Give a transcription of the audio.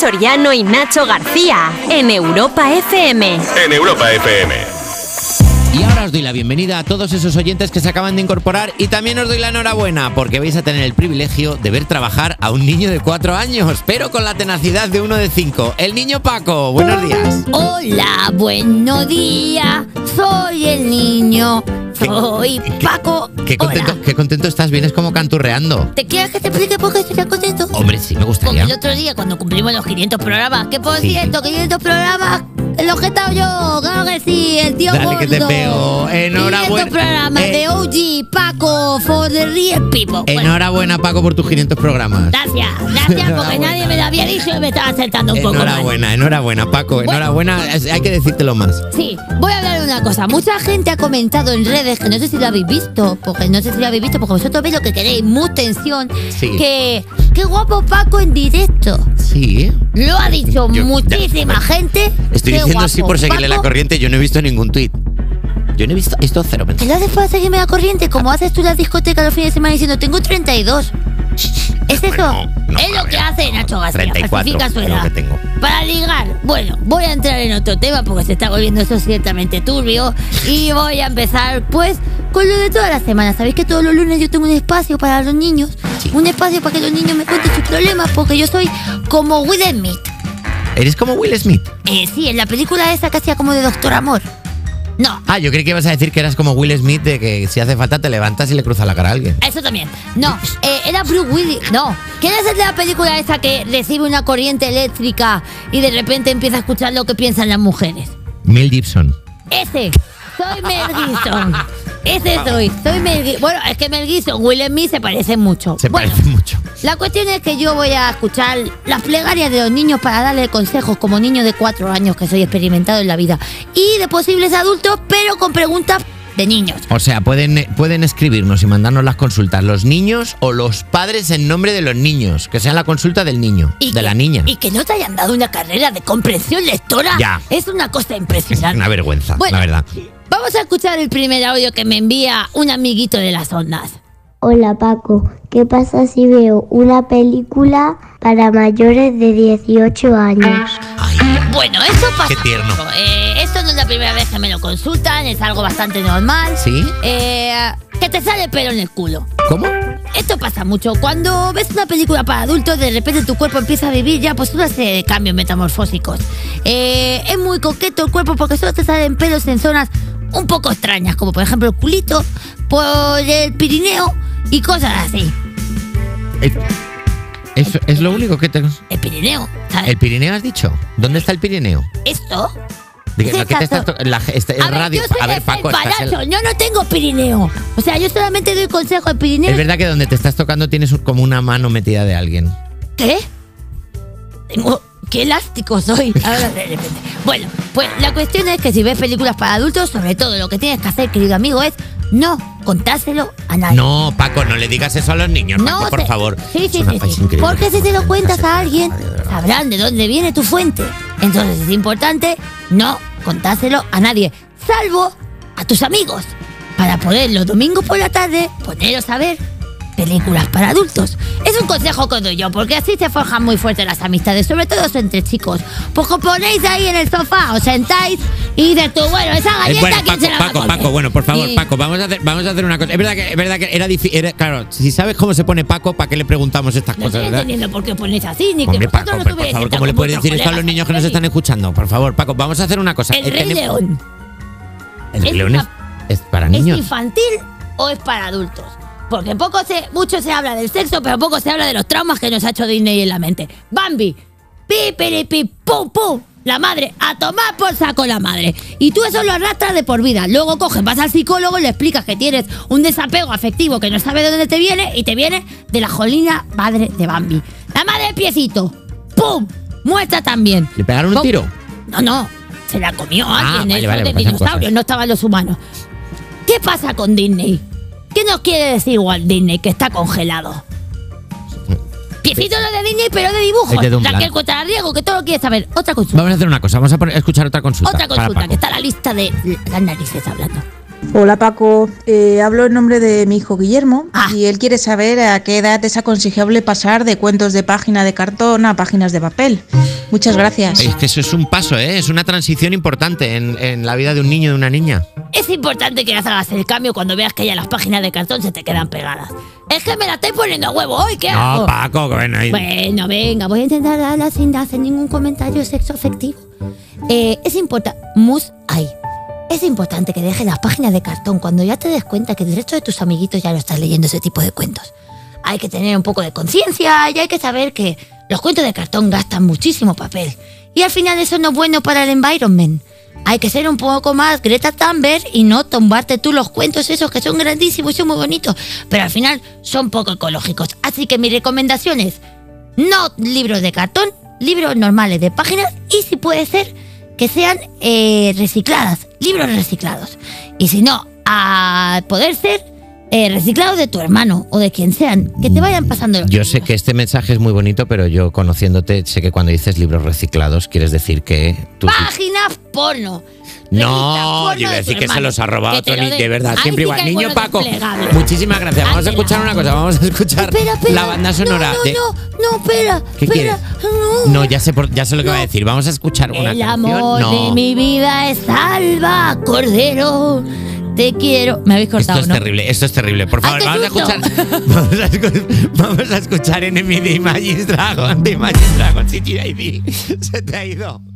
Soriano y Nacho García en Europa FM. En Europa FM. Y ahora os doy la bienvenida a todos esos oyentes que se acaban de incorporar y también os doy la enhorabuena porque vais a tener el privilegio de ver trabajar a un niño de 4 años, pero con la tenacidad de uno de 5. El niño Paco, buenos días. Hola, buenos días. Soy el niño. ¿Qué- Soy Paco. Qué contento, Hola. qué contento estás, vienes como canturreando. ¿Te quieres que te explique por qué estoy contento? Hombre, sí, me Porque gustaría. el otro día, cuando cumplimos los 500 programas, que por Sí. cierto, 500 programas, los que he estado yo, claro que sí, el tío Dale, que te gordo. veo. Enhorabuena. 500 programas Eh. de OG, Paco, for the real people. Bueno, Enhorabuena Paco por tus 500 programas. gracias, gracias, porque Enhorabuena. nadie me lo había dicho y me estaba acertando un poco más. Enhorabuena, enhorabuena Paco, enhorabuena. Es- Hay que decírtelo más. Sí, voy a hablar de una cosa. Mucha gente ha comentado en redes, que no sé si lo habéis visto, porque no sé si lo habéis visto, porque vosotros veis lo que queréis, mucha tensión, Sí. que qué guapo Paco en directo. Sí. Lo ha dicho Yo- ya, muchísima bueno, gente. Estoy qué diciendo sí guapo por seguirle la Paco. corriente, yo no he visto ningún tuit. Yo no he visto esto cero. ¿Te lo haces para seguirme la corriente? Como haces tú en la discoteca los fines de semana diciendo, tengo 32. ¿Es eso? Bueno, no, es lo a ver, que hace Nacho García. 34 falsifica su es lo edad. que tengo. Para ligar. Bueno, voy a entrar en otro tema porque se está volviendo eso ciertamente turbio. Y voy a empezar, pues, con lo de todas las semanas. Sabéis que todos los lunes yo tengo un espacio para los niños. Sí. Un espacio para que los niños me cuenten sus problemas porque yo soy como Will Smith. Eres como Will Smith. Eh, sí, en la película esa que hacía como de Doctor Amor. No, Ah, yo creí que ibas a decir que eras como Will Smith de que si hace falta te levantas y le cruzas la cara a alguien. Eso también. No, eh, era Bruce Willis. No. ¿Quién es el de la película esa que recibe una corriente eléctrica y de repente empieza a escuchar lo que piensan las mujeres? Mel Gibson. Ese. Soy Mel Gibson. Ese soy. Soy Mel Gibson. Bueno, es que Mel Gibson, Will Smith se parecen mucho. Se bueno, parece mucho. la cuestión es que yo voy a escuchar las plegarias de los niños para darle consejos como niño de cuatro años que soy experimentado en la vida y de posibles adultos, pero con preguntas de niños. O sea, pueden, pueden escribirnos y mandarnos las consultas los niños o los padres en nombre de los niños. Que sea la consulta del niño, de que- la niña. Y que no te hayan dado una carrera de comprensión lectora. Ya. Es una cosa Es impresionante. una vergüenza, Bueno. la verdad. Vamos a escuchar el primer audio que me envía un amiguito de las ondas. Hola Paco, ¿qué pasa si veo una película para mayores de 18 años? Ay, Bueno, eso pasa. Qué tierno. mucho. Eh, esto no es la primera vez que me lo consultan, es algo bastante normal. ¿Sí? Eh, que te sale pelo en el culo. ¿Cómo? Esto pasa mucho. Cuando ves una película para adultos, de repente tu cuerpo empieza a vivir ya pues una serie de cambios metamorfósicos. Eh, es muy coqueto el cuerpo porque solo te salen pelos en zonas un poco extrañas, como por ejemplo el culito, por el Pirineo y cosas así. Eh, Eso es lo único que tengo. El Pirineo, ¿sabes? ¿El Pirineo has dicho? ¿Dónde está el Pirineo? Esto. Diga, Sí, lo que te exacto. estás to- la, este- el a ver, radio. yo soy a ver, de Paco, estás en- Valparaíso, yo no tengo Pirineo. O sea, yo solamente doy consejo al Pirineo. Es verdad que donde te estás tocando tienes un- como una mano metida de alguien. ¿Qué? Tengo- ¡Qué elástico soy! Ahora de repente. Bueno, pues la cuestión es que si ves películas para adultos, sobre todo lo que tienes que hacer, querido amigo, es no contárselo a nadie. No, Paco, no le digas eso a los niños, Paco, por se- favor. Sí, Es sí, una- sí, es sí. increíble. Porque si se lo Paco, cuentas nunca a se- alguien, sabrán de dónde viene tu fuente. Entonces es importante no contárselo a nadie, salvo a tus amigos, para poder los domingos por la tarde poneros a ver películas para adultos. Es un consejo que doy yo, porque así se forjan muy fuerte las amistades, sobre todo entre chicos. Porque os ponéis ahí en el sofá, os sentáis y dices tú, bueno, esa Eh, galleta, bueno, ¿quién se la va a Paco, Paco, comer? Paco, bueno, por favor, Y- Paco, vamos a, hacer, vamos a hacer una cosa. Es verdad que, es verdad que era difícil. Claro, si sabes cómo se pone Paco, ¿para qué le preguntamos estas No cosas? estoy verdad? entendiendo por qué os ponéis así, ni Pues Hombre, que vosotros Paco, no pero, por tuvierais favor, tanta ¿cómo le puedes vuestros decir esto a los colegas niños que nos aquí? están escuchando? Por favor, Paco, vamos a hacer una cosa. El Eh, Rey tenemos- León. El Rey Es León es, es para ¿Es niños. infantil o es para adultos? Porque poco se, mucho se habla del sexo, pero poco se habla de los traumas que nos ha hecho Disney en la mente. Bambi, pi, piri, pi, pum, pum. La madre, a tomar por saco la madre. Y tú eso lo arrastras de por vida. Luego coges, vas al psicólogo, le explicas que tienes un desapego afectivo que no sabes de dónde te viene y te viene de la jolina madre de Bambi. La madre de piecito, ¡pum! Muerta también. ¿Le pegaron un ¿Cómo? tiro? No, no, se la comió Ah, alguien, vale, eso vale, de pasan dinosaurios, cosas. no estaban los humanos. ¿Qué pasa con Disney? ¿Qué nos quiere decir Walt Disney que está congelado? Piecito lo de Disney, pero de dibujos. El de Don Raquel Blanc. Cuatrariego, que todo lo quiere saber. Otra consulta. Vamos a hacer una cosa, vamos a poner- a escuchar otra consulta. Otra para consulta, Paco. que está en la lista de las narices hablando. Hola Paco, Eh, hablo en nombre de mi hijo Guillermo Ah. y él quiere saber a qué edad es aconsejable pasar de cuentos de página de cartón a páginas de papel. Muchas gracias. Es que eso es un paso, ¿eh? es una transición importante en, en la vida de un niño y de una niña. Es importante que hagas el cambio cuando veas que ya las páginas de cartón se te quedan pegadas. Es que me la estoy poniendo a huevo hoy, ¿qué hago? No, Paco, bueno, ahí- Bueno, venga, voy a intentar darla sin hacer ningún comentario sexo afectivo. Eh, es importante. Mus ahí. Es importante que dejes las páginas de cartón cuando ya te des cuenta que el resto de tus amiguitos ya no estás leyendo ese tipo de cuentos. Hay que tener un poco de conciencia y hay que saber que los cuentos de cartón gastan muchísimo papel. Y al final eso no es bueno para el environment. Hay que ser un poco más Greta Thunberg y no tumbarte tú los cuentos esos que son grandísimos y son muy bonitos, pero al final son poco ecológicos. Así que mi recomendación es no libros de cartón, libros normales de páginas y si puede ser que sean eh, recicladas, libros reciclados. Y si no, a poder ser eh, reciclados de tu hermano o de quien sean, que te vayan pasando. los Yo sé libros. que este mensaje es muy bonito, pero yo conociéndote, sé que cuando dices libros reciclados, quieres decir que tú... Páginas porno. No, yo iba a decir que se los ha robado Tony, de verdad, siempre igual. Niño Paco, muchísimas gracias. Vamos a Ay, escuchar mira. una cosa, vamos a escuchar la banda sonora No, de... no, no, espera. ¿Qué espera, quieres? No. No, ya sé, por- ya sé lo que va a decir. Vamos a escuchar una El canción. amor no. de mi vida es Alba Cordero. Te quiero. Me habéis Esto cortado, es ¿no? terrible, esto es terrible. Por favor, qué vamos a, susto! escuchar, vamos, a escu- vamos a escuchar Enemy de Imagine Dragon. De Imagine Dragon, City ID. Se te ha ido.